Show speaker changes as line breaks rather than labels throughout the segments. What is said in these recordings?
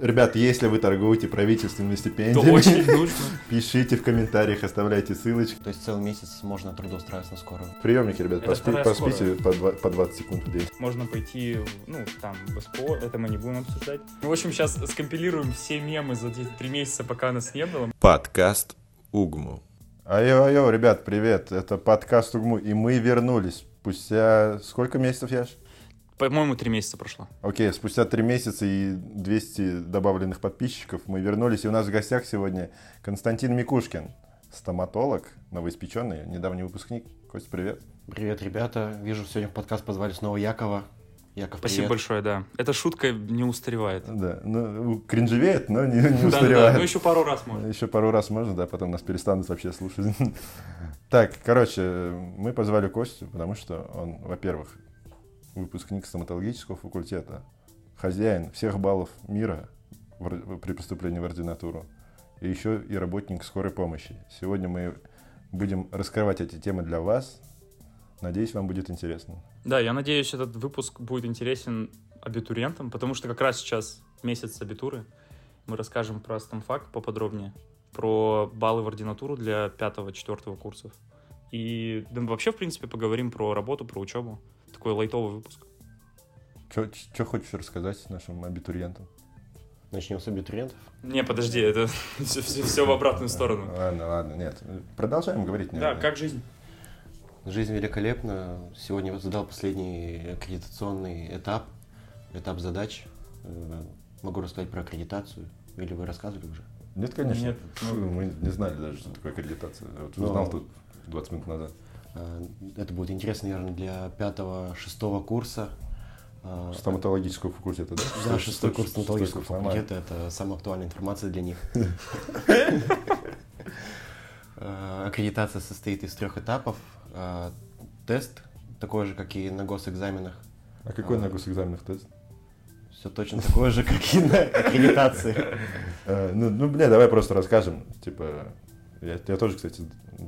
Ребят, если вы торгуете правительственными
Это
стипендиями,
очень нужно.
пишите в комментариях, оставляйте ссылочки.
То есть целый месяц можно трудоустраиваться на скорую.
Приемники, ребят,
Это
поспи-
вторая
поспите по, два- по 20 секунд в день.
Можно пойти, ну, там, в СПО, это мы не будем обсуждать. Ну, в общем, сейчас скомпилируем все мемы за те три месяца, пока нас не было.
Подкаст Угму.
Айо, айо, ребят, привет. Это подкаст Угму, и мы вернулись. Спустя сколько месяцев, Яш?
По-моему, три месяца прошло.
Окей, спустя три месяца и 200 добавленных подписчиков мы вернулись, и у нас в гостях сегодня Константин Микушкин, стоматолог, новоиспеченный, недавний выпускник. Кость, привет.
Привет, ребята. Вижу, сегодня в подкаст позвали снова Якова. Яков,
Спасибо
привет.
большое, да. Эта шутка не устаревает.
Да, ну, кринжевеет, но не, не
Да, да,
устаревает.
ну еще пару раз можно.
Еще пару раз можно, да, потом нас перестанут вообще слушать. Так, короче, мы позвали Костю, потому что он, во-первых, выпускник стоматологического факультета, хозяин всех баллов мира в ор- при поступлении в ординатуру, и еще и работник скорой помощи. Сегодня мы будем раскрывать эти темы для вас. Надеюсь, вам будет интересно.
Да, я надеюсь, этот выпуск будет интересен абитуриентам, потому что как раз сейчас месяц абитуры. Мы расскажем про стамфак поподробнее, про баллы в ординатуру для 5-4 курсов. И да, мы вообще, в принципе, поговорим про работу, про учебу. Такой лайтовый выпуск.
Что хочешь рассказать нашим абитуриентам?
Начнем с абитуриентов.
Не, подожди, это все, в обратную сторону.
Ладно, ладно, нет. Продолжаем говорить.
Да,
наверное.
как жизнь?
Жизнь великолепна. Сегодня вот задал последний аккредитационный этап, этап задач. Э, Могу рассказать про аккредитацию. Или вы рассказывали уже?
Нет, конечно.
Нет.
Фу, мы не знали даже, что такое аккредитация. Вот
Ну.
узнал тут 20 минут назад.
Э, Это будет интересно, наверное, для пятого-шестого курса. Э,
Стоматологического факультета, да?
Да, шестой курс
Шестой
стоматологического
курс, нормально.
факультета – это самая актуальная информация для них. Э, Аккредитация состоит из трех этапов. Э, Тест, такой же, как и на госэкзаменах.
А какой
А.
на госэкзаменах тест?
Все точно такое же, как и на аккредитации.
Э, Ну, ну, бля, давай просто расскажем. Типа, я, я тоже, кстати,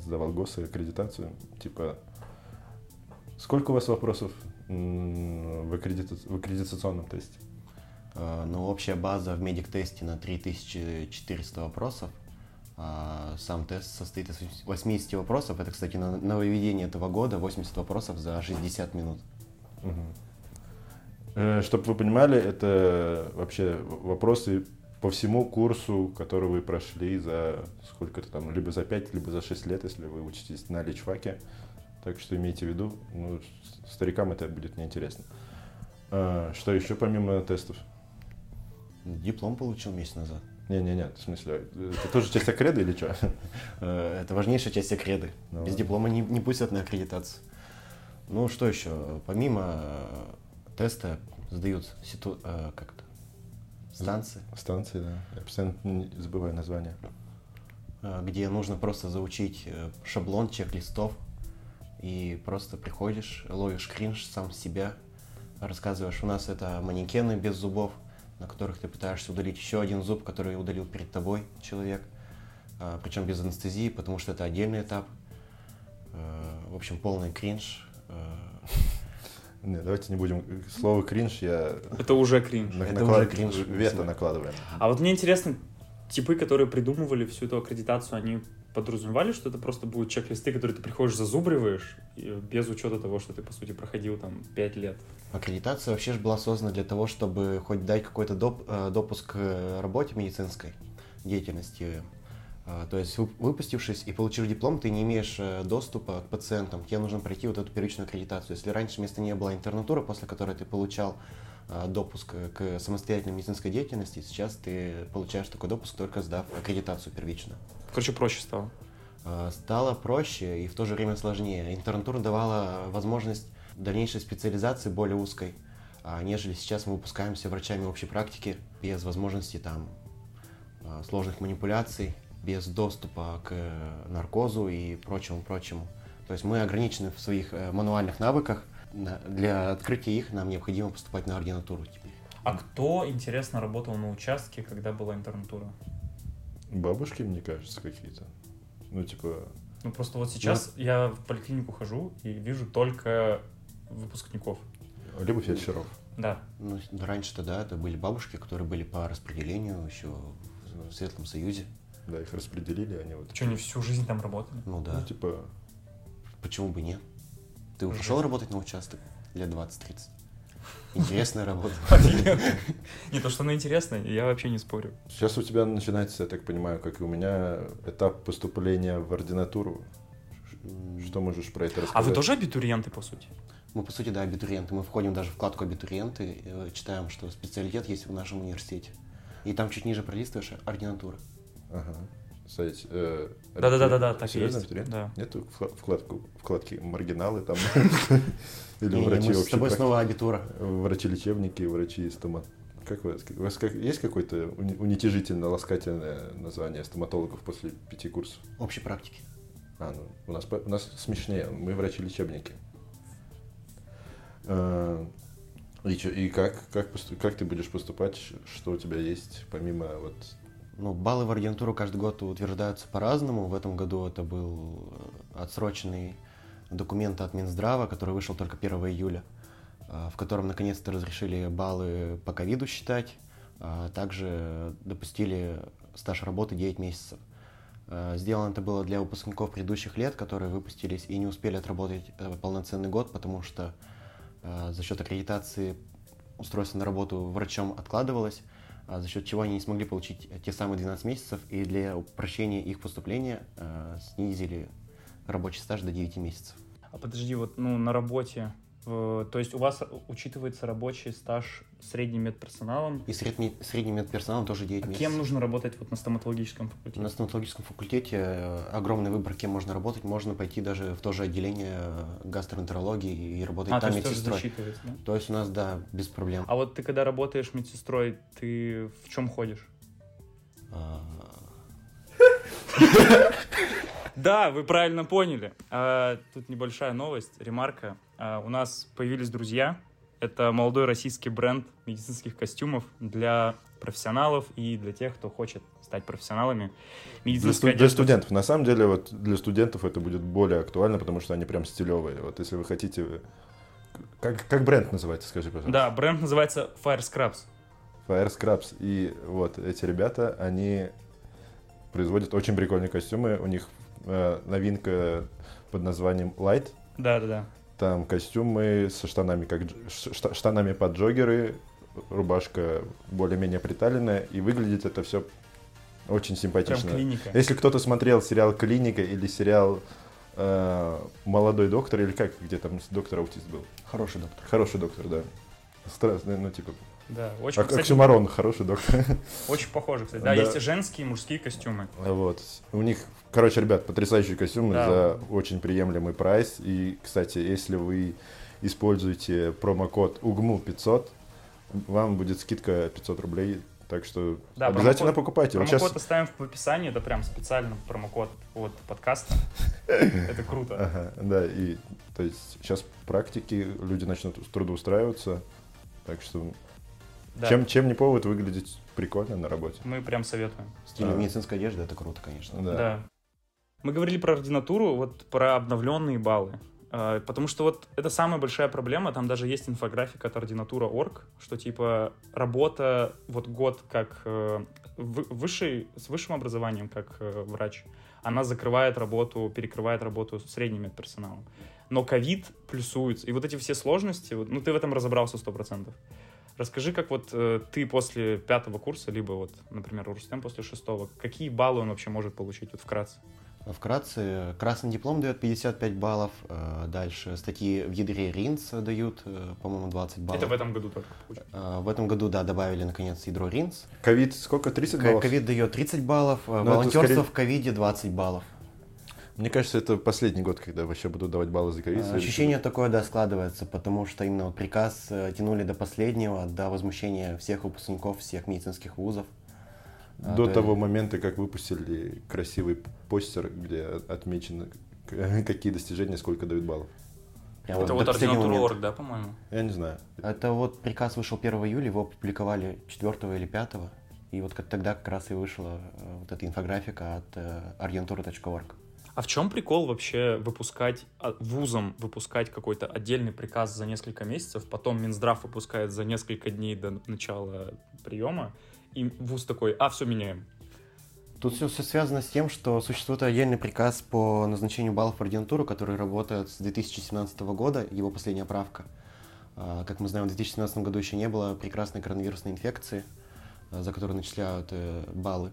сдавал госаккредитацию. Типа, сколько у вас вопросов м, в, аккредита- в аккредитационном тесте?
Э, Но общая база в медик-тесте на 3400 вопросов. А Сам тест состоит из 80 вопросов. Это, кстати, на- нововведение этого года. 80 вопросов за 60 минут.
Чтобы Э, вы понимали, это вообще в- вопросы по всему курсу, который вы прошли за сколько-то там, либо за 5, либо за 6 лет, если вы учитесь на личфаке. Так что имейте в виду, ну, с- старикам это будет неинтересно. А, Что еще помимо тестов?
Диплом получил месяц назад.
Не-не-не, в смысле, это тоже часть аккреда или что?
Э, Это важнейшая часть аккреды.
Ну
Без
ладно.
диплома не, не пустят на аккредитацию. Ну что еще? Помимо э, теста сдают ситу... э, как это? станции,
Станции, да. Я постоянно н- забываю название.
э, где нужно просто заучить э, шаблон чек-листов и просто приходишь, ловишь кринж сам с себя, рассказываешь. У нас это манекены без зубов, на которых ты пытаешься удалить еще один зуб, который удалил перед тобой человек, э, причем без анестезии, потому что это отдельный этап. Э, В общем, полный кринж. Э,
Не, давайте не будем. Слово кринж я...
Это уже кринж.
на-
Это уже
наклад-
кринж.
Вето накладываем.
А вот мне интересно, типы, которые придумывали всю эту аккредитацию, они подразумевали, что это просто будут чек-листы, которые ты приходишь, зазубриваешь, и без учета того, что ты, по сути, проходил там 5 лет.
Аккредитация вообще же была создана для того, чтобы хоть дать какой-то доп- э, допуск к работе медицинской деятельности. Э, То есть вып- выпустившись и получив диплом, ты не имеешь э, доступа к пациентам. Тебе нужно пройти вот эту первичную аккредитацию. Если раньше вместо нее была интернатура, после которой ты получал э, допуск э, к самостоятельной медицинской деятельности, сейчас ты получаешь такой допуск, только сдав аккредитацию первичную.
Короче, проще стало.
Э, стало проще и в то же время сложнее. Интернатура давала возможность дальнейшей специализации более узкой, а, нежели сейчас мы выпускаемся врачами общей практики без возможности там э, сложных манипуляций, без доступа к э, наркозу и прочему-прочему. То есть мы ограничены в своих э, мануальных навыках. На- Для открытия их нам необходимо поступать на ординатуру теперь.
А кто, интересно, работал на участке, когда была интернатура?
Бабушки, мне кажется, какие-то. Ну, типа,
Ну просто вот сейчас я в поликлинику хожу и вижу только выпускников.
либо фельдшеров.
Да.
Ну, с- раньше-то, да, это были бабушки, которые были по распределению еще в Светлом Союзе.
Да, их распределили, они вот.
Что, они всю жизнь там работали?
Ну да,
Ну, типа,
почему бы нет? Ты
Жесть.
пошел работать на участок лет 20-30? Интересная работа.
Не, то, что она интересная, я вообще не спорю.
сейчас у тебя начинается, я так понимаю, как и у меня, этап поступления в ординатуру.
М,
Что можешь про это
А
рассказать?
вы тоже абитуриенты, по сути?
Мы, по сути, да, абитуриенты. Мы входим даже в вкладку абитуриенты, э, читаем, что специалитет есть в нашем университете. И там чуть ниже пролистываешь ординатура.
Ага. Кстати, э,
Да-да-да-да, так и
серьезно,
есть.
абитуриент?
Да.
Нету вкла- вкладку, вкладки маргиналы там? Или
Не-не,
врачи
мы с тобой
вообще?
снова абитура.
Врачи-лечебники, врачи стомат... Как вы, у вас как, есть какое-то уни- уничижительно-ласкательное название стоматологов после пяти курсов?
Общей практики.
А, ну, у нас, по- у нас смешнее, мы врачи-лечебники. Э, И, чё- и как, как, посту- как ты будешь поступать, Ш- что у тебя есть, помимо вот...
Ну, баллы в ординатуру каждый год утверждаются по-разному. В этом году это был э, отсроченный документ от Минздрава, который вышел только 1 июля, э, в котором наконец-то разрешили баллы по ковиду считать, а также допустили стаж работы 9 месяцев. Э, Сделано это было для выпускников предыдущих лет, которые выпустились и не успели отработать э, полноценный год, потому что э, за счет аккредитации устройство на работу врачом откладывалось, а за счет чего они не смогли получить э, те самые 12 месяцев, и для упрощения их поступления э, снизили рабочий стаж до 9 месяцев.
А подожди, вот, ну, на работе, э, то есть у вас учитывается рабочий стаж средним медперсоналом.
И средний, средний медперсонал тоже 9
А
месяцев.
кем нужно работать вот на стоматологическом
На
факультете?
стоматологическом факультете э, огромный выбор, кем можно работать. Можно пойти даже в то же отделение э, гастроэнтерологии и работать
А, то
там
есть тоже
медсестрой.
засчитывается, да?
То есть у нас, да, без проблем.
А вот ты когда работаешь медсестрой, ты в чем ходишь?
А,
Да, вы правильно поняли. А, тут небольшая новость, ремарка. А, у нас появились друзья. Это молодой российский бренд медицинских костюмов для профессионалов и для тех, кто хочет стать профессионалами.
Для,
Медицинская
сту- для
одежда-
студентов. На самом деле, вот для студентов это будет более актуально, потому что они прям стилевые. Вот если вы хотите... э, Как, как бренд называется, скажи, пожалуйста?
Да, бренд называется Fire Scraps.
Fire Scraps. И вот эти ребята, они производят очень прикольные костюмы. У них э, новинка под названием Light.
Да-да-да.
Там костюмы со штанами, как дж- ш- шта- штанами под джогеры, рубашка более-менее приталенная, и выглядит это все очень
Прям
симпатично.
клиника.
Если кто-то смотрел сериал «Клиника» или сериал э, «Молодой доктор», или как, где там доктор аутист был?
хороший доктор.
Хороший доктор, да. Страстный, ну типа,
Да, очень,
ок-
кстати,
оксюмарон, хороший доктор.
очень похоже, кстати. Да,
Да.
есть и женские, и мужские костюмы.
Вот. У них, короче, ребят, потрясающие костюмы
Да.
за очень приемлемый прайс. И, кстати, если вы используете промокод УГМУ500, вам будет скидка 500 рублей. Так что
Да,
обязательно
промокод-
покупайте. Вот
Промокод
щас-
оставим в описании, это прям специально промокод от подкаста. Это круто.
Ага, да, и то есть сейчас практики, люди начнут трудоустраиваться. Так что
Да,
чем, чем не повод выглядеть прикольно на работе.
Мы прям советуем.
Стиль
А.
медицинской одежды это круто, конечно.
Да.
Мы говорили про ординатуру, вот про обновленные баллы. Э, Потому что вот это самая большая проблема, там даже есть инфографика от ординатура.орг, что типа работа вот год как э, вы- высший, с высшим образованием как э, врач, она закрывает работу, перекрывает работу с средним медперсоналом. Но ковид плюсуется, и вот эти все сложности, вот, ну ты в этом разобрался 100%. Расскажи, как вот э, ты после пятого курса, либо вот, например, Рустем после шестого, какие баллы он вообще может получить, вот вкратце?
Вкратце, красный диплом дает 55 баллов, э, дальше статьи в ядре РИНС дают, э, по-моему, 20 баллов.
Это в этом году только получится.
Э, в этом году, да, добавили наконец ядро РИНС.
Ковид сколько? 30
К-
баллов? Ну,
Ковид дает 30 баллов, э,
это
волонтерство
скорее-
в ковиде 20 баллов. Э,
Мне кажется, это последний год, когда вообще будут давать баллы за ковид.
Э, Ощущение такое, да, складывается, потому что именно вот приказ э, тянули до последнего, до возмущения всех выпускников, всех медицинских вузов. А,
До
то
того момента, как выпустили красивый постер, где отмечено, к- какие достижения, сколько дают баллов.
Прям
Это
до
вот
последнего момента.
ординатура.орг, да, по-моему?
Я не знаю.
Это вот приказ вышел 1 июля, его опубликовали 4 или 5. И вот как тогда как раз и вышла э, вот эта инфографика от э, orientura.org.
А в чем прикол вообще выпускать, а, вузом выпускать какой-то отдельный приказ за несколько месяцев, потом Минздрав выпускает за несколько дней до начала приема, и вуз такой, а, все меняем.
Тут все, связано с тем, что существует отдельный приказ по назначению баллов в ординатуру, который работает с 2017 года, его последняя правка. А, Как мы знаем, в 2017 году еще не было прекрасной коронавирусной инфекции, а, за которую начисляют э, баллы.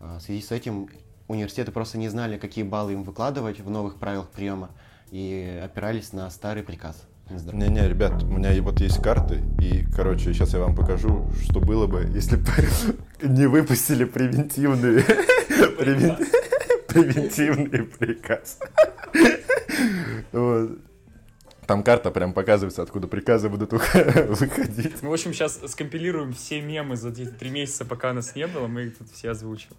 А, В связи с этим университеты просто не знали, какие баллы им выкладывать в новых правилах приема, и опирались на старый приказ. Минздрава.
Не-не, ребят, у меня и вот есть карты, и, короче, сейчас я вам покажу, что было бы, если бы не выпустили превентивные... превен- Превентивный приказ. Вот. Там карта прям показывается, откуда приказы будут выходить.
Ну, в общем, сейчас скомпилируем все мемы за те три месяца, пока нас не было, мы их тут все озвучим.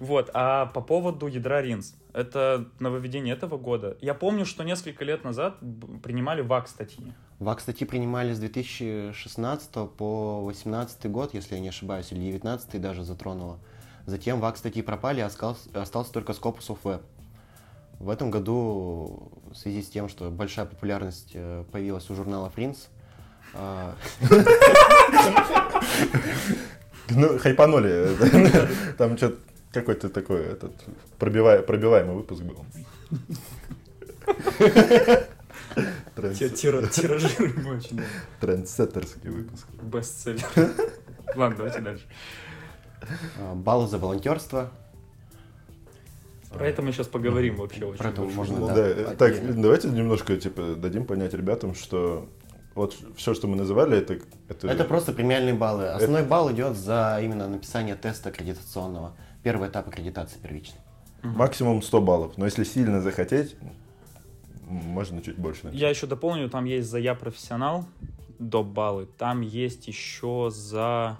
Вот, а по поводу ядра Ринс. Это нововведение этого года. Я помню, что несколько лет назад б- принимали ВАК статьи.
ВАК статьи принимали с 2016 по 2018 год, если я не ошибаюсь, или 19 даже затронуло. Затем ВАК статьи пропали, а остался, остался только Scopus of Web. В этом году, в связи с тем, что большая популярность э, появилась у журнала Фринс, э,
Ну, хайпанули. Там что-то какой-то такой этот пробивай- пробиваемый выпуск был. Трендс-
Тиражируем очень. да.
Трендсеттерский выпуск.
Бестселлер. Ладно, давайте дальше.
э, баллы за волонтерство.
Про это мы сейчас поговорим вообще очень.
Про это
большой.
можно,
Ну
да,
да, э, так,
отдельно.
давайте немножко, типа, дадим понять ребятам, что вот все, что мы называли, это... Это,
Это просто премиальные баллы. Основной балл идет за именно написание теста аккредитационного. Первый этап аккредитации первичный.
максимум 100 баллов. Но если сильно захотеть, м, можно чуть больше.
Я еще дополню, там есть за «Я профессионал» доп. баллы, там есть еще за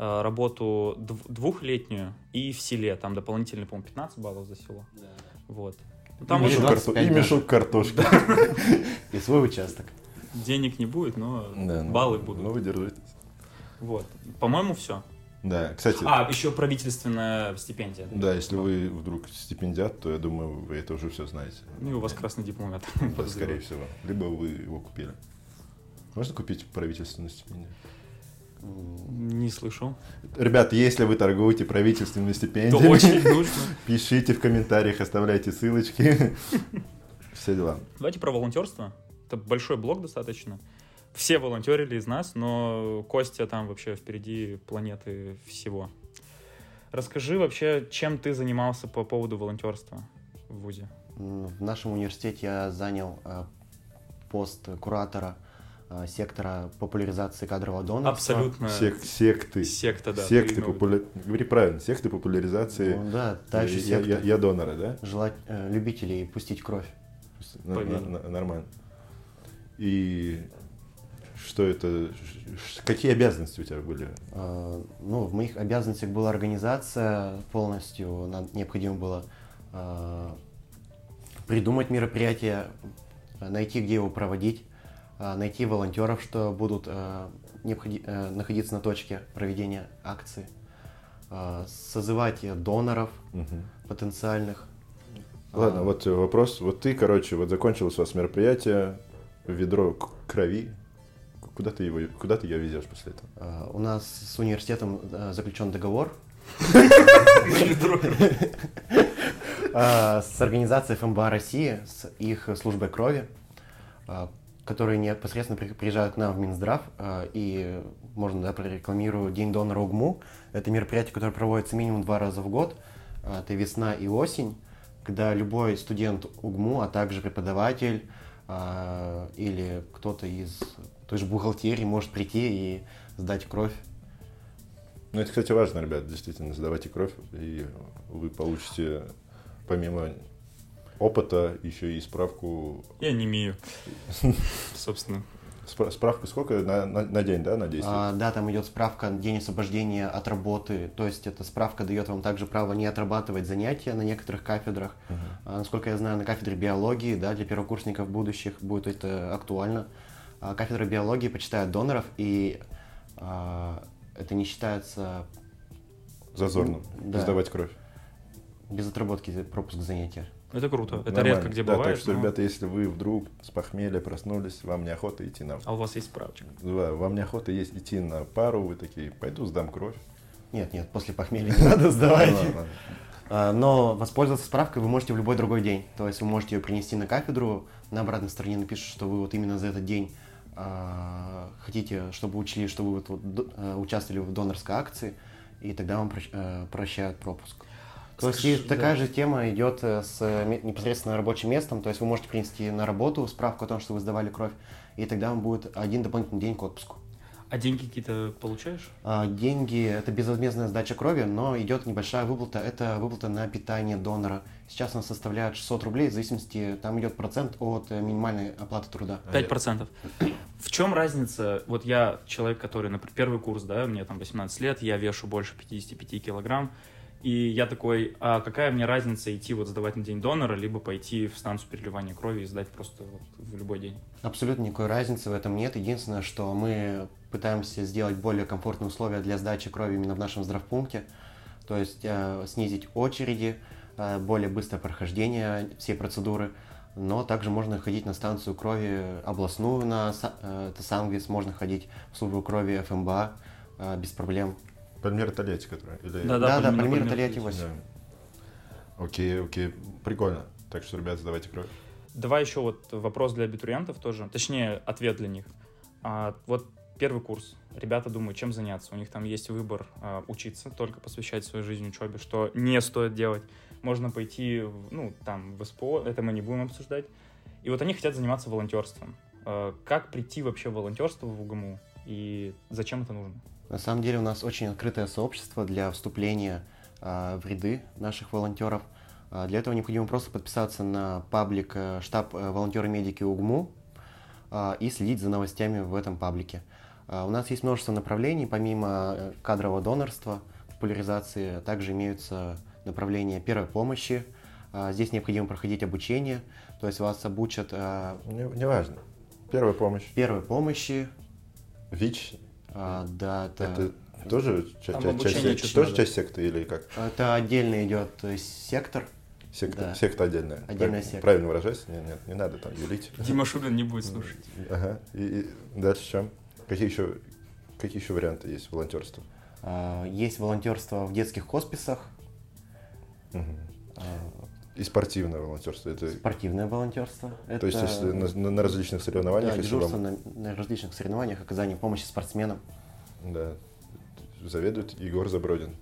э, работу дв- двухлетнюю и в селе, там дополнительно, по-моему, 15 баллов за село. Вот. Ну, Там
И
Или
очень
мешок,
25,
карто- и
да.
мешок картошки.
И свой участок.
денег не будет, но
Да, ну,
баллы будут.
Ну, вы держитесь.
Вот. По-моему, все.
Да, кстати,
А, еще правительственная стипендия.
да, если вы вдруг стипендиат, то я думаю, вы это уже все знаете.
Ну и у вас красный диплом, я так
Да,
подозреваю.
скорее всего. Либо вы его купили. Можно купить правительственную стипендию?
Не слышал.
Ребят, если вы торгуете правительственной
Это
стипендией,
очень нужно.
пишите в комментариях, оставляйте ссылочки. Все дела.
Давайте про волонтерство. Это большой блок достаточно. Все волонтерили из нас, но Костя там вообще впереди планеты всего. Расскажи вообще, чем ты занимался по поводу волонтерства в ВУЗе?
М, В нашем университете я занял э, пост куратора э, сектора популяризации кадрового донорства.
Абсолютно.
Сек- секты.
Секта, да.
секты
ты имел в виду.
популя... Говори правильно, секты популяризации.
Ну да,
Я,
та еще
я-
секта.
я- я донора, да?
Желать э, любителей пустить кровь.
На-
Поверь.
на- на- Нормально. И что это? Ш- ш- Какие обязанности у тебя были?
Э, ну, в моих обязанностях была организация полностью. Нам необходимо было э, придумать мероприятие, э, найти, где его проводить, э, найти волонтеров, что будут э, необходи- э, находиться на точке проведения акции, э, созывать э, доноров потенциальных.
Ладно,
А,
вот э, вопрос. Вот ты, короче, вот закончилось у вас мероприятие, ведро к- крови. К- Куда ты его, куда ты ее везешь после этого?
э, У нас с университетом э, заключен договор э, с организацией ФМБА России, с их службой крови, э, которые непосредственно при- приезжают к нам в Минздрав. э, И можно да, прорекламирую День донора УГМУ. Это мероприятие, которое проводится минимум два раза в год. Э, Это весна и осень, когда любой студент УГМУ, а также преподаватель э, или кто-то из той же бухгалтерии может прийти и сдать кровь.
Ну, это, кстати, важно, ребят, действительно, сдавайте кровь, и вы получите, помимо опыта, еще и справку.
Я не имею. Собственно.
спра- справку сколько? На, на- на день, да, на 10?
А, да, там идет справка на день освобождения от работы. То есть эта справка дает вам также право не отрабатывать занятия на некоторых кафедрах. А, насколько я знаю, на кафедре биологии, да, для первокурсников будущих будет это актуально. А, кафедра биологии почитает доноров, и а, это не считается
Зазорно
Да.
сдавать кровь.
Без отработки за- пропуск занятия.
Это круто. Это
Нормально.
редко где
Да,
бывает.
Так что,
но-
ребята, если вы вдруг с похмелья проснулись, вам неохота идти на...
А у вас есть справочка.
Да, Вам неохота есть идти на пару, вы такие, пойду сдам кровь.
Нет, нет, после похмелья не надо сдавать.
Ну ладно.
А, Но воспользоваться справкой вы можете в любой другой день. То есть вы можете ее принести на кафедру, на обратной стороне напишут, что вы вот именно за этот день а, хотите, чтобы учли, что вы вот, вот д- а, участвовали в донорской акции, и тогда вам прощ- а, прощают пропуск. То есть
Скажи,
и
да.
такая же тема идет э, с э, ме- непосредственно рабочим местом, то есть вы можете принести на работу справку о том, что вы сдавали кровь, и тогда вам будет один дополнительный день к отпуску.
А деньги какие-то получаешь?
А, Деньги – это безвозмездная сдача крови, но идет небольшая выплата. Это выплата на питание донора. Сейчас она составляет 600 рублей, в зависимости, там идет процент от э, минимальной оплаты труда.
5%. В чем разница? Вот я человек, который, например, первый курс, да, мне там 18 лет, я вешу больше 55 килограмм, и я такой, а какая мне разница идти вот сдавать на день донора, либо пойти в станцию переливания крови и сдать просто вот в любой день?
Абсолютно никакой разницы в этом нет. Единственное, что мы пытаемся сделать более комфортные условия для сдачи крови именно в нашем здравпункте. То есть э, снизить очереди, э, более быстрое прохождение всей процедуры. Но также можно ходить на станцию крови областную, на Са- э, это Сангвис, можно ходить в службу крови ФМБА э, без проблем.
Пальмира Тольятти, которая... или-
Да,
Да, да,
Пальмира,
пример
Пальмира,
Тольятти
да.
8.
Да. Окей, окей, прикольно. Так что, ребята, сдавайте кровь.
Давай еще вот вопрос для абитуриентов тоже, точнее, ответ для них. А, вот первый курс. Ребята думают, чем заняться. У них там есть выбор а, учиться, только посвящать свою жизнь учебе, что не стоит делать. Можно пойти, в- ну, там, в СПО, это мы не будем обсуждать. И вот они хотят заниматься волонтерством. А, как прийти вообще в волонтерство в УГМУ? И зачем это нужно?
На самом деле у нас очень открытое сообщество для вступления а, в ряды наших волонтеров. А, для этого необходимо просто подписаться на паблик э, штаб э, волонтеры-медики УГМУ а, и следить за новостями в этом паблике. А, у нас есть множество направлений, помимо э, кадрового донорства, популяризации, также имеются направления первой помощи. А, здесь необходимо проходить обучение, то есть вас обучат а,
Не- Неважно. Первая помощь.
первой помощи,
ВИЧ,
а, да, это...
это тоже ча-
Там
ча- часть,
обучение чуть
тоже
надо.
часть секты или как?
Это отдельно идет то есть, сектор.
Секта,
Да.
секта отдельная.
Отдельная
Прав-
секта.
Правильно выражаюсь? Нет, нет, не надо там юлить.
Дима Шубин не будет слушать.
Ага. И, и дальше чем? Какие еще, какие еще варианты есть волонтерства?
А, Есть волонтерство в детских хосписах,
Мгм.
а,
И спортивное волонтерство. Это,
спортивное волонтерство.
То есть если на, на- на различных соревнованиях,
да,
если вам-
дежурство на, на различных соревнованиях, оказание помощи спортсменам.
да, заведует Егор Забродин.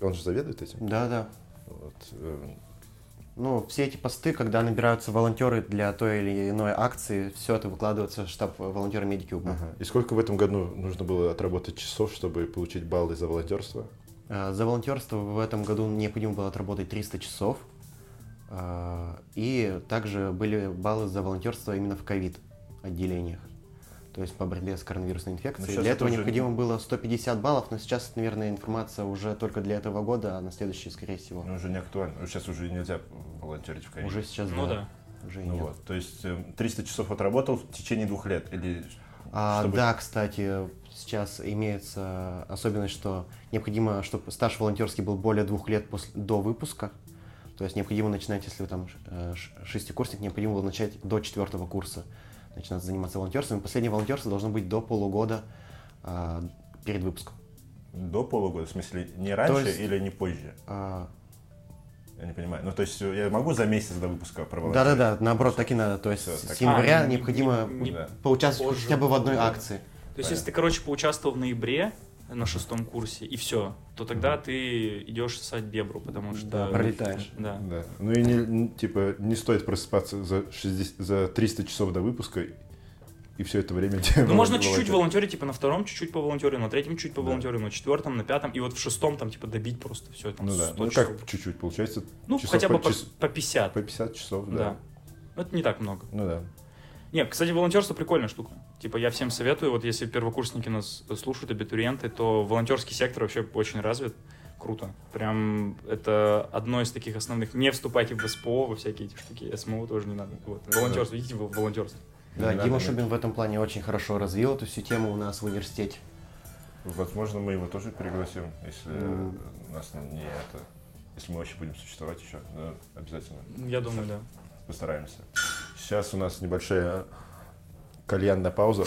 Он же заведует этим.
Да, да.
Вот, эм,
Ну, все эти посты, когда набираются волонтеры для той или иной акции, все это выкладывается в штаб волонтеры-медики УГМУ.
ага. И сколько в этом году нужно было отработать часов, чтобы получить баллы за волонтерство?
А, За волонтерство в этом году необходимо было отработать 300 часов. А, И также были баллы за волонтерство именно в ковид-отделениях. То есть по борьбе с коронавирусной
Ну,
инфекцией.
щас это
для этого
уже-
необходимо было 150 баллов, но сейчас, это, наверное, информация уже только для этого года, а на следующий, скорее всего,
Ну, уже не актуально. Сейчас уже нельзя волонтерить в ковиде.
уже сейчас
Ну да.
Уже и
Ну
нет.
вот, то есть эм, 300 часов отработал в течение двух лет или
А,
чтобы-
Да, кстати, сейчас имеется особенность, что необходимо, чтобы стаж волонтерский был более двух лет после, до выпуска. То есть необходимо начинать, если вы там ш- э, ш- шестикурсник, необходимо было начать до четвертого курса начинать заниматься волонтерством. И Последнее волонтерство должно быть до полугода а, перед выпуском.
до полугода, в смысле не раньше
есть-
или не позже?
А,
Я не понимаю. Ну, то есть э, я могу за месяц до выпуска проволочить?
Да-да-да, наоборот, так и надо. То есть
Всё,
с
так.
января
А, не-
необходимо
не- не-
Да.
поучаствовать
позже
хотя бы в одной
полугода.
акции.
То есть, если ты, короче, поучаствовал в ноябре на шестом курсе, и все, то тогда ты идешь сать бебру, потому Ну что...
Да, пролетаешь.
Да.
Да. Ну и не, н- типа не стоит просыпаться за, 60 за 300 часов до выпуска и- и все это время делать.
Ну, можно чуть-чуть волонтерить, типа, на втором чуть-чуть по волонтерю, на третьем чуть по
Да.
волонтерю, на четвертом, на пятом, и вот в шестом там, типа, добить просто все, там,
Ну да,
100
ну
часов.
как чуть-чуть, получается
Ну,
часов
хотя
по
бы по,
час-
по 50,
по 50 часов,
да.
да.
Ну, Это не так много.
Ну да.
Не, кстати, волонтерство прикольная штука. Типа, я всем советую, вот если первокурсники нас слушают, абитуриенты, то волонтерский сектор вообще очень развит. Круто. Прям это одно из таких основных. Не вступайте в СПО, во всякие эти штуки. СМО тоже не надо. Вот. Волонтерство, идите в волонтерство.
Да,
Не надо,
Дима
нет.
Шубин в этом плане очень хорошо развил эту всю тему у нас в университете.
Ну.
Возможно, мы его тоже пригласим, если
М.
нас не это Если мы вообще будем существовать еще, да, обязательно
Я думаю, да.
постараемся. Сейчас у нас небольшая кальянная пауза.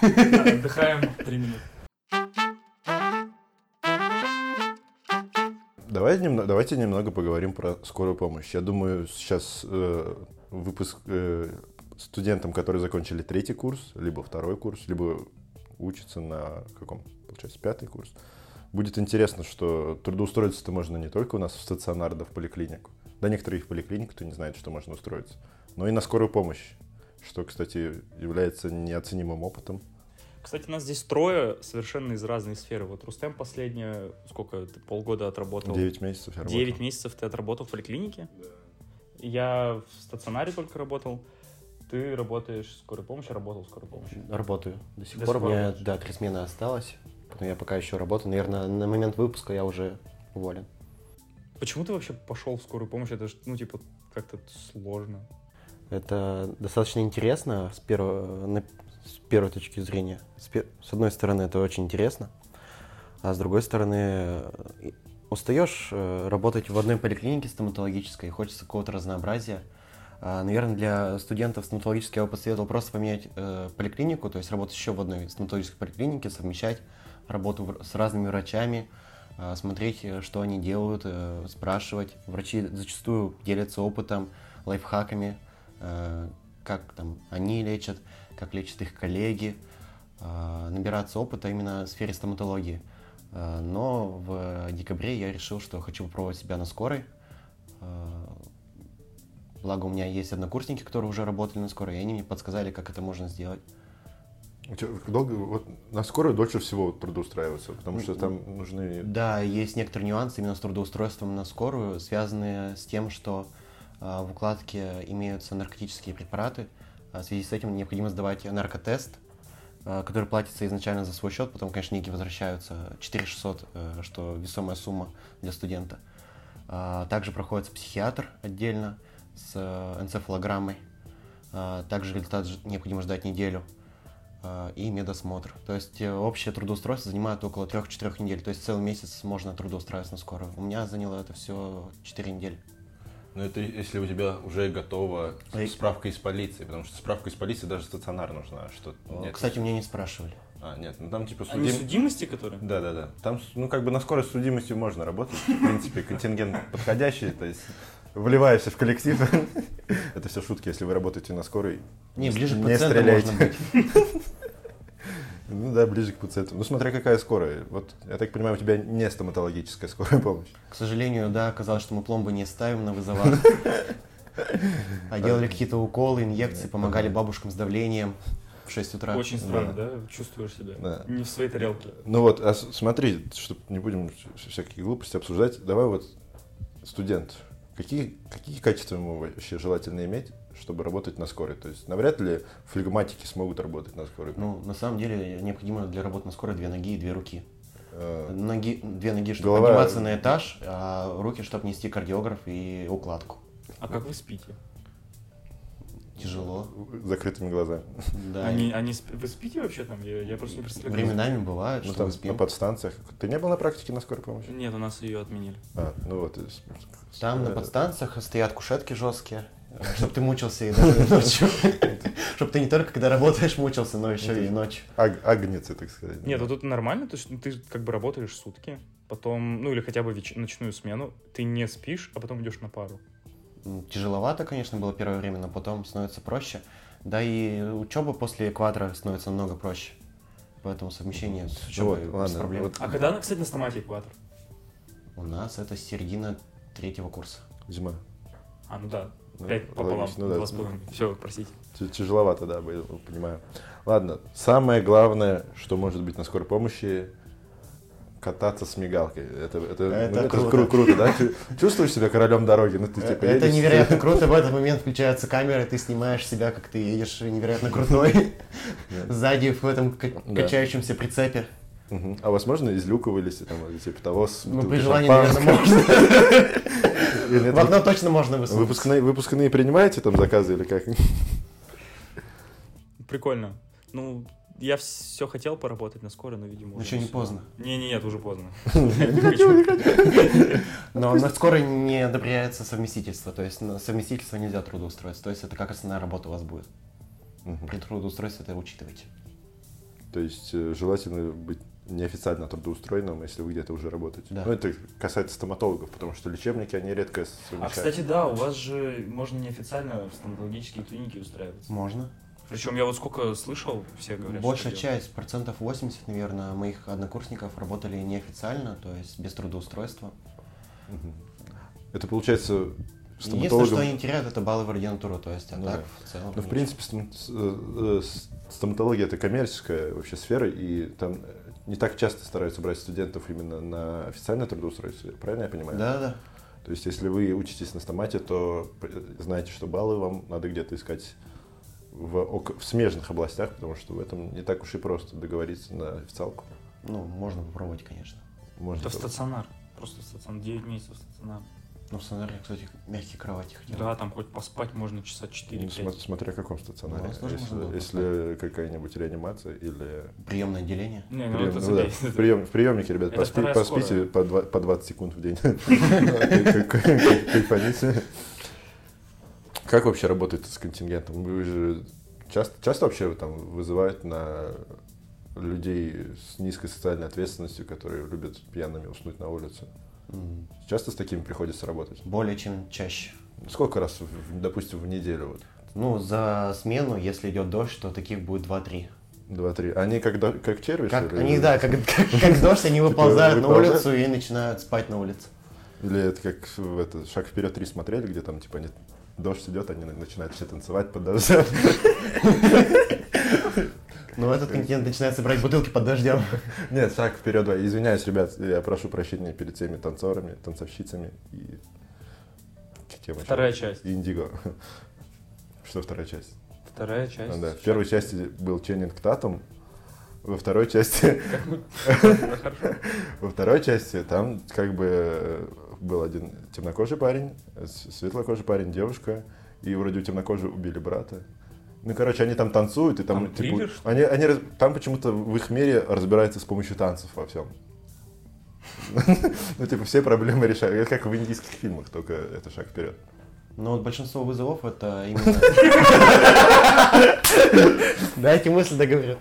Отдыхаем три минуты.
Давай немно- давайте немного поговорим про скорую помощь. Я думаю, сейчас э, выпуск э, студентам, которые закончили третий курс, либо второй курс, либо учатся на каком, получается, пятый курс, будет интересно, что трудоустроиться-то можно не только у нас в стационар, да в поликлинику. Да некоторые и в поликлинику, кто не знает, что можно устроиться. Но и на скорую помощь, что, кстати, является неоценимым опытом.
Кстати, нас здесь трое совершенно из разной сферы. Вот Рустем последнее, сколько, ты полгода отработал?
9 месяцев я работал.
9 месяцев ты отработал в поликлинике. Я в стационаре только работал. Ты работаешь в скорой помощи, работал в скорой помощи.
Работаю. До сих
До
пор
сих
у
пор
меня,
работаешь?
да, три смены осталось. Поэтому я пока еще работаю. Наверное, на момент выпуска я уже уволен.
Почему ты вообще пошел в скорую помощь? Это же, ну, типа, как-то сложно.
Это достаточно интересно с, перво- на- с первой точки зрения. С, пе- с одной стороны, это очень интересно, а с другой стороны, э, и- устаешь э, работать в одной поликлинике стоматологической, хочется какого-то разнообразия. А, наверное, для студентов стоматологических я бы посоветовал просто поменять э, поликлинику, то есть работать еще в одной стоматологической поликлинике, совмещать работу в- с разными врачами, э, смотреть, э, что они делают, э, спрашивать. Врачи зачастую делятся опытом, лайфхаками, э, как там они лечат, как лечат их коллеги, э, набираться опыта именно в сфере стоматологии. Э, Но в декабре я решил, что хочу попробовать себя на скорой. Э, Благо у меня есть однокурсники, которые уже работали на скорой, и они мне подсказали, как это можно сделать.
У тебя долго, вот на скорую дольше всего трудоустраиваться, потому что там нужны
М-м. Да, есть некоторые нюансы именно с трудоустройством на скорую, связанные с тем, что э, в укладке имеются наркотические препараты. А В связи с этим необходимо сдавать наркотест, э, который платится изначально за свой счет, потом, конечно, деньги возвращаются. 4600, э, что весомая сумма для студента. А, Также проходит психиатр отдельно с э, энцефалограммой. А, Также результат ж- необходимо ждать неделю а, и медосмотр. То есть э, общее трудоустройство занимает около 3-4 недель. То есть целый месяц можно трудоустраиваться на скорую. У меня заняло это все 4 недели.
Но Ну, это если у тебя уже готова
Эй.
справка из полиции, потому что справка из полиции даже в стационар нужна. Что... нет.
Э, Кстати, меня не спрашивали.
А, нет, ну там типа
А не
судим...
судимости, которые?
Да, да, да. Там, ну, как бы на скорость судимости можно работать. В принципе, контингент подходящий, то есть
Вливаешься в коллектив. Это все шутки, если вы работаете на скорой.
Не, ближе к
Не
пациенту
стреляйте.
можно быть.
Ну да, ближе к пациенту. Ну смотря какая скорая. Вот, я так понимаю, у тебя не стоматологическая скорая помощь.
К сожалению, да, оказалось, что мы пломбы не ставим на вызовах. А делали какие-то уколы, инъекции, помогали бабушкам с давлением в 6 утра.
Очень странно, да? Чувствуешь себя.
Да.
Не в своей тарелке.
Ну вот, а с- смотри, чтобы не будем вс- всякие глупости обсуждать, давай вот студент. Какие, какие качества ему вообще желательно иметь, чтобы работать на скорой? То есть навряд ли флегматики смогут работать на скорой.
Ну, на самом деле, необходимо для работы на скорой две ноги и две руки.
Э,
Ноги, две ноги, чтобы
Голова- э,
подниматься на этаж, а руки, чтобы нести кардиограф и укладку.
А как вы спите?
Тяжело.
с закрытыми глазами.
Да.
Они, они а сп- Вы спите вообще там? Я, я просто не представляю. как
Временами бывает,
Ну
что
там
мы
на
спим.
подстанциях. Ты не был на практике на скорой
вы-
помощи?
Нет, у нас ее отменили.
А, ну вот. и с-
Там на
э,
подстанциях стоят кушетки жесткие, чтобы ты мучился и даже ночью. Чтобы ты не только когда работаешь мучился, но еще и ночью.
Аг- агнецы, так сказать.
Нет, а тут нормально, то есть ну, ты как бы работаешь сутки, потом, ну или хотя бы веч- ночную смену, ты не спишь, а потом идешь на пару.
М, Тяжеловато, конечно, было первое время, но потом становится проще. Да и учеба после квадра становится намного проще. Поэтому совмещение с учебой
вот,
без
ладно,
проблем.
вот.
А когда она, кстати, на стомате экватор?
У нас это середина третьего курса.
Зима.
А, ну да,
Ну,
пять пополам,
логично, ну да.
два с половиной. Все, простите.
Т- Тяжеловато, да, было, понимаю. Ладно, самое главное, что может быть на скорой помощи, кататься с мигалкой. Это, это,
Это
ну,
круто.
кру- круто, да? Ты чувствуешь себя королем дороги? Ну, ты, типа,
Э, это
едешь,
невероятно круто, в этот момент включаются камеры, ты снимаешь себя, как ты едешь, невероятно крутой. Сзади в этом ка-
Да.
качающемся прицепе.
Мгм. А возможно, из люка вылезти, там, или типа того, с
Ну,
бутылкой
при желании,
шампанского.
наверное, можно.
Или
В
это
окно точно можно высунуть.
Выпускные, выпускные принимаете там заказы или как?
Прикольно. Ну, я все хотел поработать на скорой, но, видимо,
Ну,
уже
еще не
всё.
поздно.
Не, не, нет, уже поздно. А, Не хочу.
Но на скорой не одобряется совместительство, то есть на совместительство нельзя трудоустроиться, то есть это как основная работа у вас будет.
Мгм.
При трудоустройстве это учитывайте.
То есть э, желательно быть неофициально трудоустроенным, если вы где-то уже работаете.
Да.
Ну, это касается стоматологов, потому что лечебники, они редко
А,
совмещают.
кстати, да, у вас же можно неофициально в стоматологические клиники устраиваться.
Можно.
Причем я вот сколько слышал, все говорят, что
Большая
делают.
часть, процентов 80, наверное, моих однокурсников работали неофициально, то есть без трудоустройства.
Мгм. Это получается
Единственное, что
стоматологам...
они теряют, это баллы в ординатуру, то есть, а
Ну
так
да.
в целом...
Ну, в
ничего.
принципе, стом- с- э, э, с- стоматология это коммерческая вообще сфера, и там э, не так часто стараются брать студентов именно на официальное трудоустройство, правильно я понимаю?
Да-да-да.
То есть, если вы учитесь на стомате, то э, знаете, что баллы вам надо где-то искать в, ок- в смежных областях, потому что в этом не так уж и просто договориться на официалку.
Ну, можно попробовать, конечно.
Можно
Это в
так.
стационар. Просто в стационар. 9 месяцев стационар.
Ну, в сценарии, кстати, мягкие кровати хотел.
Да, там хоть поспать можно часа 4
Ну, смо- смотря в каком стационаре.
Ну, тоже можно было
если
бы
если какая-нибудь реанимация или
Приемное отделение.
Не, ну
прием-
это
ну да,
забей.
в прием- в приемнике, ребят,
Это
поспи-
вторая
поспите
скорая.
по два- по 20 секунд в день. Кайфаните. Как вообще работает с контингентом? Вы же часто, часто вообще там вызывают на людей с низкой социальной ответственностью, которые любят пьяными уснуть на улице.
М,
Часто с такими приходится работать?
Более чем чаще.
Сколько раз, в- допустим, в неделю? Вот?
Ну, за смену, если идет дождь, то таких будет 2-3.
Два-три. Они как, до- как черви,
Как,
что ли?
они, да, как, как, как дождь, они выползают на
выползают?
улицу и начинают спать на улице.
Или это как в это, шаг вперед три смотрели, где там типа они дождь идет, они на- начинают все танцевать под дождем.
Но Ну, этот континент начинает собирать бутылки под дождем.
Нет, шаг вперед два. Извиняюсь, ребят, я прошу прощения перед теми танцорами, танцовщицами и тема
Вторая часть.
Индиго. Что вторая часть?
Вторая
А,
часть.
да. В первой части был Ченнинг Татум, во второй части,
Хорошо.
во второй части там как бы э, был один темнокожий парень, э, с- светлокожий парень, девушка, и вроде у темнокожего убили брата. Ну, короче, они там танцуют, и там,
Там
типа,
триллер, что
они, они раз- там почему-то в их мире разбираются с помощью танцев во всем. Ну, типа, все проблемы решают. Это как в индийских фильмах, только это шаг вперед.
Но вот большинство вызовов это именно... Дайте мысль договорю.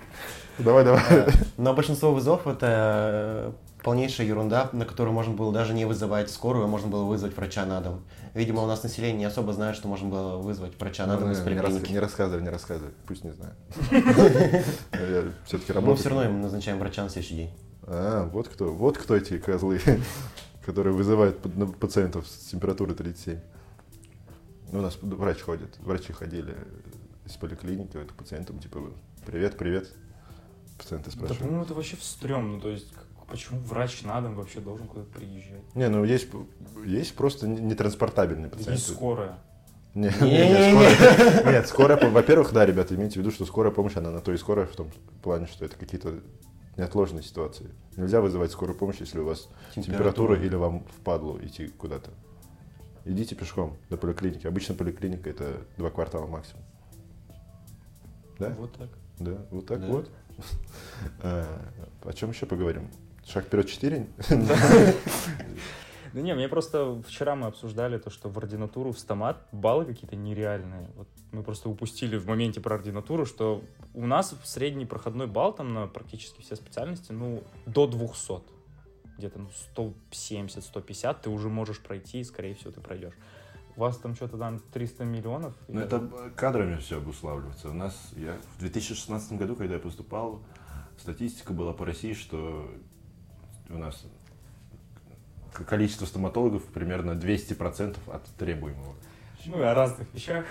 Давай, давай.
Э, Но большинство вызовов это э, полнейшая ерунда, на которую можно было даже не вызывать скорую, а можно было вызвать врача на дом. Видимо, у нас население не особо знает, что можно было вызвать врача на дом из
Ну, Не рас- не
поликлиники.
рассказывай, не рассказывай. Пусть не знаю. Я все-таки
Мы
работаю.
все равно им назначаем врача на следующий день.
А, вот кто, вот кто эти козлы, которые вызывают пад- на пациентов с температурой 37. Ну, у нас врач ходит, врачи ходили из поликлиники вот, к пациентам, типа, привет, привет. Пациенты
Да,
спрашивают.
по-моему, это вообще стрёмно. То есть, как- почему врач на дом вообще должен куда-то приезжать?
Не, ну есть, п- есть просто не- нетранспортабельные
И
пациенты.
скорая.
Не, не,
Не-не-не.
не, скорая- Нет, скорая, по- во-первых, да, ребята, имейте в виду, что скорая помощь, она на то и скорая в том плане, что это какие-то неотложные ситуации. Нельзя вызывать скорую помощь, если у вас температура или вам впадло идти куда-то. Идите пешком до поликлиники. Обычно поликлиника это два квартала максимум. Да?
Вот так.
Да, вот так
Да.
вот. А, О чем еще поговорим? Шаг вперед 4?
Да не, мне просто вчера мы обсуждали то, что в ординатуру в стомат баллы какие-то нереальные. Вот мы просто упустили в моменте про ординатуру, что у нас в средний проходной балл там на практически все специальности, ну, до 200. Где-то ну, 170-150 ты уже можешь пройти, и, скорее всего, ты пройдешь. У вас там что-то там 300 миллионов?
Ну, это б- кадрами все обуславливается. У нас, я в 2016 году, когда я поступал, статистика была по России, что у нас к- количество стоматологов примерно 200% от требуемого.
Ну и о разных вещах.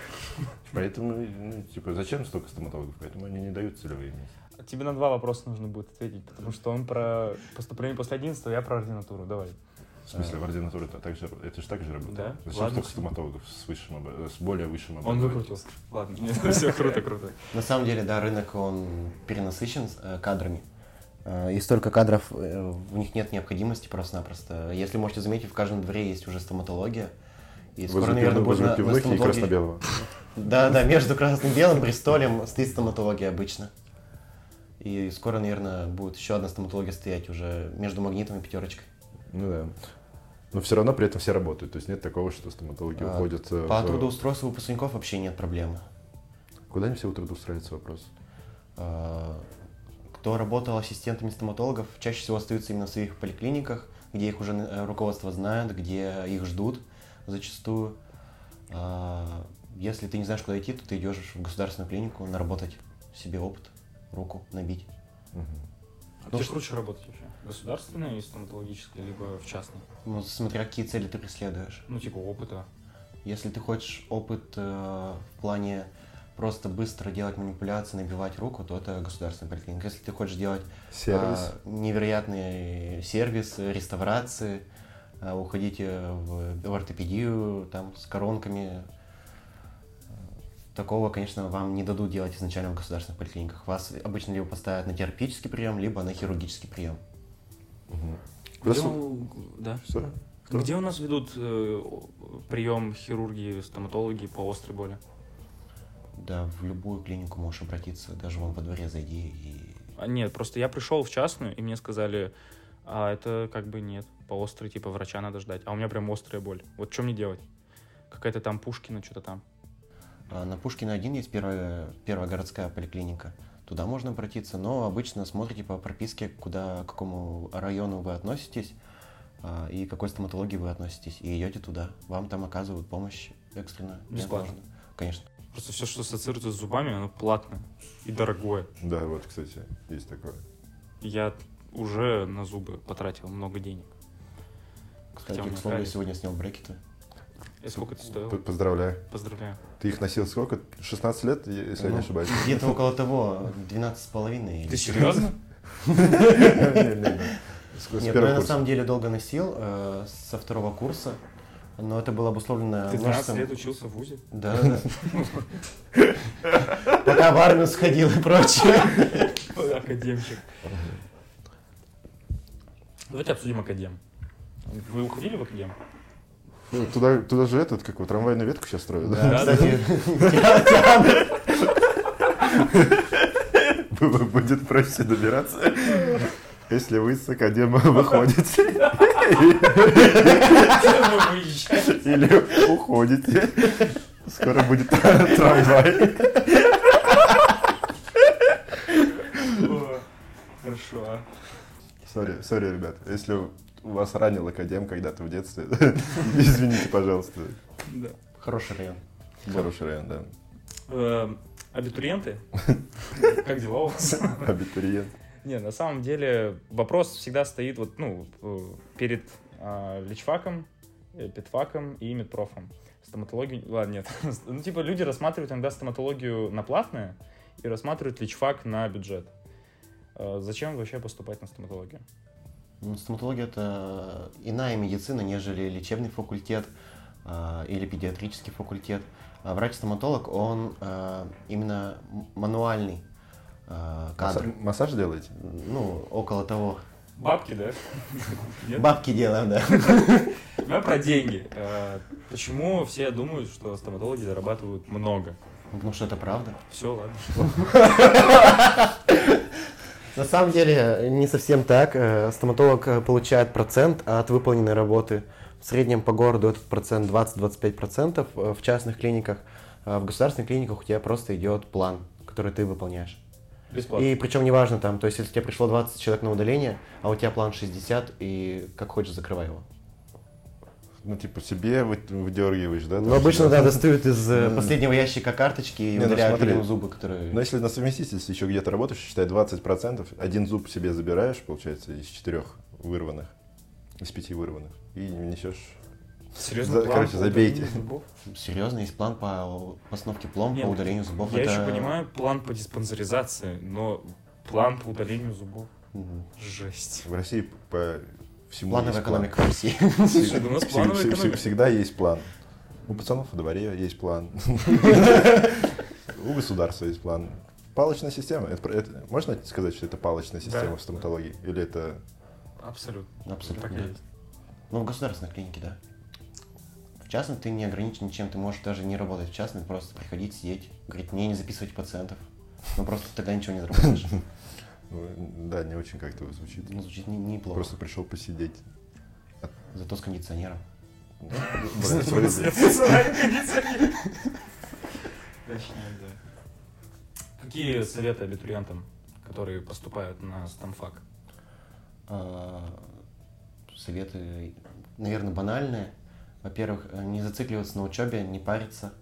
Поэтому, ну, типа, зачем столько стоматологов? Поэтому они не дают целевые места.
Тебе на два вопроса нужно будет ответить, потому что он про поступление после 11 я про ординатуру. Давай.
В смысле, в ординатуре это, так же, это же так же работает.
А. Да?
Зачем
Ладно.
столько стоматологов с, высшим, обра- с более высшим
Он
образованием?
выкрутился. Ладно, все круто, круто.
На самом деле, да, рынок, он перенасыщен э, кадрами. Э, И столько кадров, э, в них нет необходимости просто-напросто. Если можете заметить, в каждом дворе есть уже стоматология. И скоро, наверное, будет на, на
и
стоматологии-
красно-белого.
Да, да, между красным и белым Бристолем стоит стоматология обычно. И скоро, наверное, будет еще одна стоматология стоять уже между магнитом и пятерочкой.
Ну да. Но все равно при этом все работают. То есть нет такого, что стоматологи
А,
уходят э,
По
в-
трудоустройству выпускников вообще нет проблемы.
Куда они все трудоустраиваются, вопрос?
А, Кто работал ассистентами стоматологов, чаще всего остаются именно в своих поликлиниках, где их уже э, руководство знает, где их ждут зачастую. А, Если ты не знаешь, куда идти, то ты идешь в государственную клинику наработать себе опыт, руку набить.
А
Ну,
где
что-
круче работать вообще? Государственной и стоматологической, либо в частной?
Ну, смотря какие цели ты преследуешь.
Ну, типа опыта.
Если ты хочешь опыт э, в плане просто быстро делать манипуляции, набивать руку, то это государственная поликлиника. Если ты хочешь делать
Сервис.
а, невероятный сервис, реставрации, а, уходите в, в ортопедию там с коронками. э, Такого, конечно, вам не дадут делать изначально в государственных поликлиниках. Вас обычно либо поставят на терапевтический прием, либо на хирургический прием.
Где
Просто-
у- да. А
Всё. Кто?
Где у нас ведут э, прием хирурги, стоматологи по острой боли?
Да, в любую клинику можешь обратиться, даже вон во дворе зайди и
А, Нет, просто я пришел в частную, и мне сказали, а это как бы нет, по острой, типа врача надо ждать. А у меня прям острая боль. Вот что мне делать? Какая-то там Пушкина, что-то там.
А На Пушкина 1 есть первая, первая городская поликлиника. Туда можно обратиться, но обычно смотрите по прописке, куда, к какому району вы относитесь а, и к какой стоматологии вы относитесь. И идете туда. Вам там оказывают помощь экстренно.
Бесплатно?
Конечно.
Просто все, что ассоциируется с зубами, оно платное и дорогое.
Да, вот, кстати, есть такое.
Я уже на зубы потратил много денег.
Кстати,
мне
к слову, я
нравится.
сегодня снял брекеты.
И э, сколько это
П-
стоило?
Поздравляю.
Поздравляю.
Ты их носил сколько? 16 лет, е- если я не
Ну,
ошибаюсь.
Где-то около того, 12 с половиной.
Ты серьезно?
Не-не-не. С с
Нет, ну я
первого
на
курса.
самом деле долго носил, э, со второго курса. Но это было обусловлено
Ты 12
множеством-
лет учился в ВУЗе?
Да, да, да. Пока в армию сходил и прочее.
Академчик. Давайте обсудим академ. Вы уходили в академ?
Ну, Туда туда же этот, как его, трамвайную ветку сейчас строят, да?
Да,
Кстати, я тянут.
Бу- Будет проще добираться, если вы с академа выходите
Вы выезжаете.
или уходите. Скоро будет трамвай.
О, Хорошо.
а?
Сори, сори, ребят, если у вас ранил академ когда-то в детстве, извините, пожалуйста.
Да.
Хороший район.
Хороший район, да.
Эм, Абитуриенты? Как дела у вас?
Абитуриент.
Не, на самом деле вопрос всегда стоит вот, ну, э, перед а, личфаком, э, педфаком и медпрофом. Стоматологию... Ладно, нет. Ну, типа, люди рассматривают иногда стоматологию на платное и рассматривают личфак на бюджет. Э, Зачем вообще поступать на стоматологию?
Ну, Стоматология – это иная медицина, нежели лечебный факультет а, или педиатрический факультет. А Врач-стоматолог, он а, именно м- мануальный а, кадр.
Масса- Массаж делаете?
Ну, около того.
Бабки, да? Нет?
Бабки делаем, да.
Да,
про деньги. Э, Почему все думают, что стоматологи зарабатывают много?
Потому что это Ну, правда.
Все, ладно.
На самом деле не совсем так. Э, Стоматолог э, получает процент от выполненной работы. В среднем по городу этот процент 20-25% э, в частных клиниках. А В государственных клиниках у тебя просто идет план, который ты выполняешь.
Бесплатно.
И причем неважно там, то есть если тебе пришло 20 человек на удаление, а у тебя план 60, и как хочешь закрывай его.
Ну, типа, себе вы- выдергиваешь, да?
Ну
там
обычно,
всегда?
да, достают из э,
Ну.
последнего ящика карточки и
Не, ну
удаляют
смотри.
людям зубы, которые...
Но если на совместительстве еще где-то работаешь, считай 20%, один зуб себе забираешь, получается, из четырех вырванных, из пяти вырванных, и несешь.
Серьезно?
За- короче, забейте.
Серьезно, есть план по постановке пломб,
Не, ну,
по удалению зубов.
Я
это-
еще понимаю план по диспансеризации, но план по удалению зубов.
Мгм.
Жесть.
В России по всему
Плановая
есть план.
экономика в России.
Слушай, да у нас
Всег-
плановая
всег- всег-
экономика.
Всегда есть план. У пацанов во дворе есть план. У государства есть план. Палочная система. Это, про- это- можно сказать, что это палочная система в стоматологии? Или это...
Абсолютно.
Абсолютно.
Так и
да.
есть.
Ну, в государственной клинике, да. В частном ты не ограничен ничем, ты можешь даже не работать в частном, просто приходить, сидеть, говорить, мне не записывать пациентов. Ну, просто тогда ничего не заработаешь.
Ну, Да, не очень как-то звучит.
Ну, звучит не- неплохо.
Просто пришел посидеть.
Зато с кондиционером.
Ну, блядь, смотри,
Точнее, да. Какие советы абитуриентам, которые поступают на стамфак?
А, советы, наверное, банальные. Во-первых, э, не зацикливаться на учебе, не париться,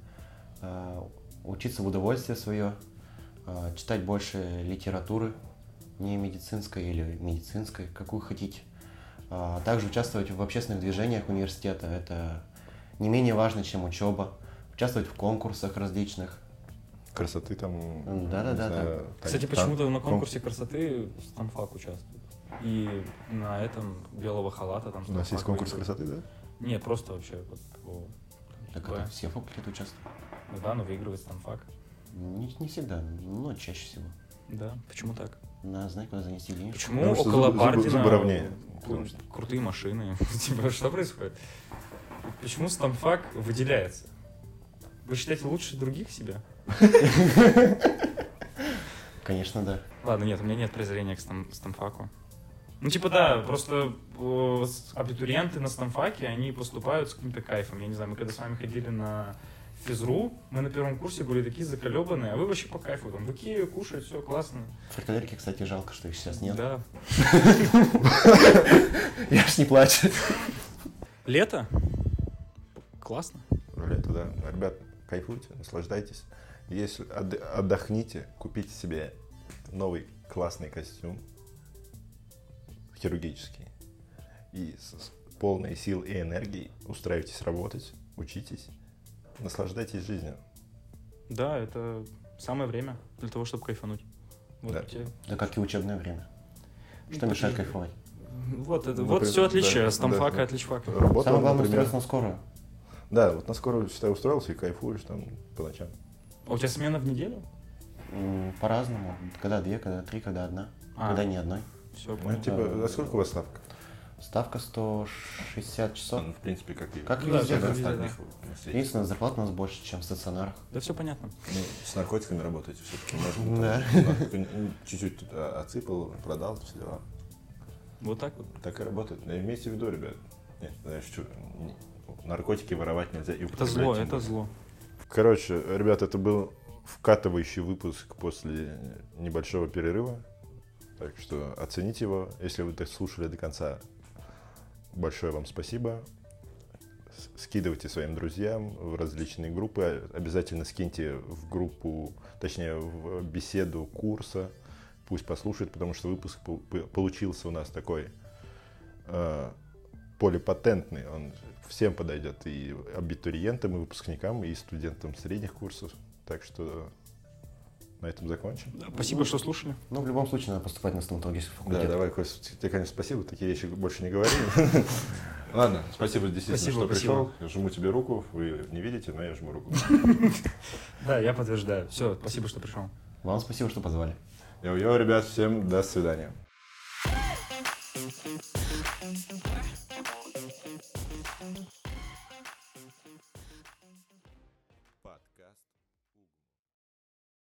а, учиться в удовольствие свое, а, читать больше литературы, не медицинской или медицинской, какую хотите. А Также участвовать в общественных движениях университета. Это не менее важно, чем учеба. Участвовать в конкурсах различных.
Красоты там.
Ну,
М, да-да-да,
не знаю, тан-
Кстати,
тан-
почему-то на
кон-
конкурсе красоты Станфак участвует. И на этом белого халата там
У нас есть
Станфак
конкурс
выигрывает.
красоты, да?
Не, просто вообще. вот по-
Так
Да.
это все факультеты участвуют.
Ну да, но выигрывает Станфак.
Не, не всегда, но чаще всего.
Да, почему так?
На знай, куда занести денежку.
Почему
Потому что
около
зубы- зубы-
Бардина
зубы ровнее,
кру-
потому что.
крутые машины? Типа, что происходит? Почему Стамфак выделяется? Вы считаете лучше других себя?
Конечно, да.
Ладно, нет, у меня нет презрения к стам- стамфаку. Ну, типа, да, просто э, с- абитуриенты на стамфаке, они поступают с каким-то кайфом. Я не знаю, мы когда с вами ходили на физру, мы на первом курсе были такие заколебанные, а вы вообще по кайфу, там, быки кушать, все классно.
Фрикадельки, кстати, жалко, что их сейчас нет.
Да.
Я ж не плачу.
Лето? Классно.
Лето, да. Ребят, кайфуйте, наслаждайтесь. Если отд- отдохните, купите себе новый классный костюм хирургический. И с, с полной сил и энергии устраивайтесь работать, учитесь, наслаждайтесь жизнью.
Да, это самое время для того, чтобы кайфануть. Вот,
Да.
тебе-
Да как и учебное время. Ну, Что мешает кайфовать?
вот, это,
Ну,
вот
при-
все
да,
отличие
да,
стамфака
да.
от личфака.
Работал,
Самое главное
например.
устроиться на скорую.
Да, вот на скорую, считай, устроился и кайфуешь там по ночам.
А у тебя смена в неделю?
М, По-разному. Когда две, когда три, когда одна.
А.
Когда ни одной.
Все,
Ну, типа, а сколько у вас ставка?
Ставка 160 часов.
Ну, в принципе, как и
Как
как
Ну да, везде,
всех
как
везде,
остальных на свете.
Единственное, зарплата у нас больше, чем в стационарах.
Да все понятно.
Ну, с наркотиками работаете все-таки.
Да.
Чуть-чуть тут, а, отсыпал, продал, все дела.
Вот так вот.
Так и работает. Да и имейте в виду, ребят. Нет, я шучу. Наркотики воровать нельзя. и
Это
употреблять
зло,
тем
это
более.
зло.
Короче, ребят, это был вкатывающий выпуск после небольшого перерыва. Так что оцените его, если вы слушали до конца. Большое вам спасибо. С- Скидывайте своим друзьям в различные группы. Обязательно скиньте в группу, точнее, в беседу курса. Пусть послушают, потому что выпуск пол- п- получился у нас такой э, полипатентный, он всем подойдет, и абитуриентам, и выпускникам, и студентам средних курсов. Так что на этом закончим.
Да, Спасибо, что слушали.
Но Ну, в любом случае надо поступать на стоматологический
Да,
факультет.
давай, Костя, тебе, конечно, спасибо, такие вещи больше не говори.
Ладно, спасибо, действительно,
Спасибо,
что
спасибо.
пришел. Я жму тебе руку. Вы не видите, но я жму руку.
Да, я подтверждаю. Все, спасибо, что пришел.
Вам спасибо, что позвали.
Йо-йо, ребят, всем до свидания.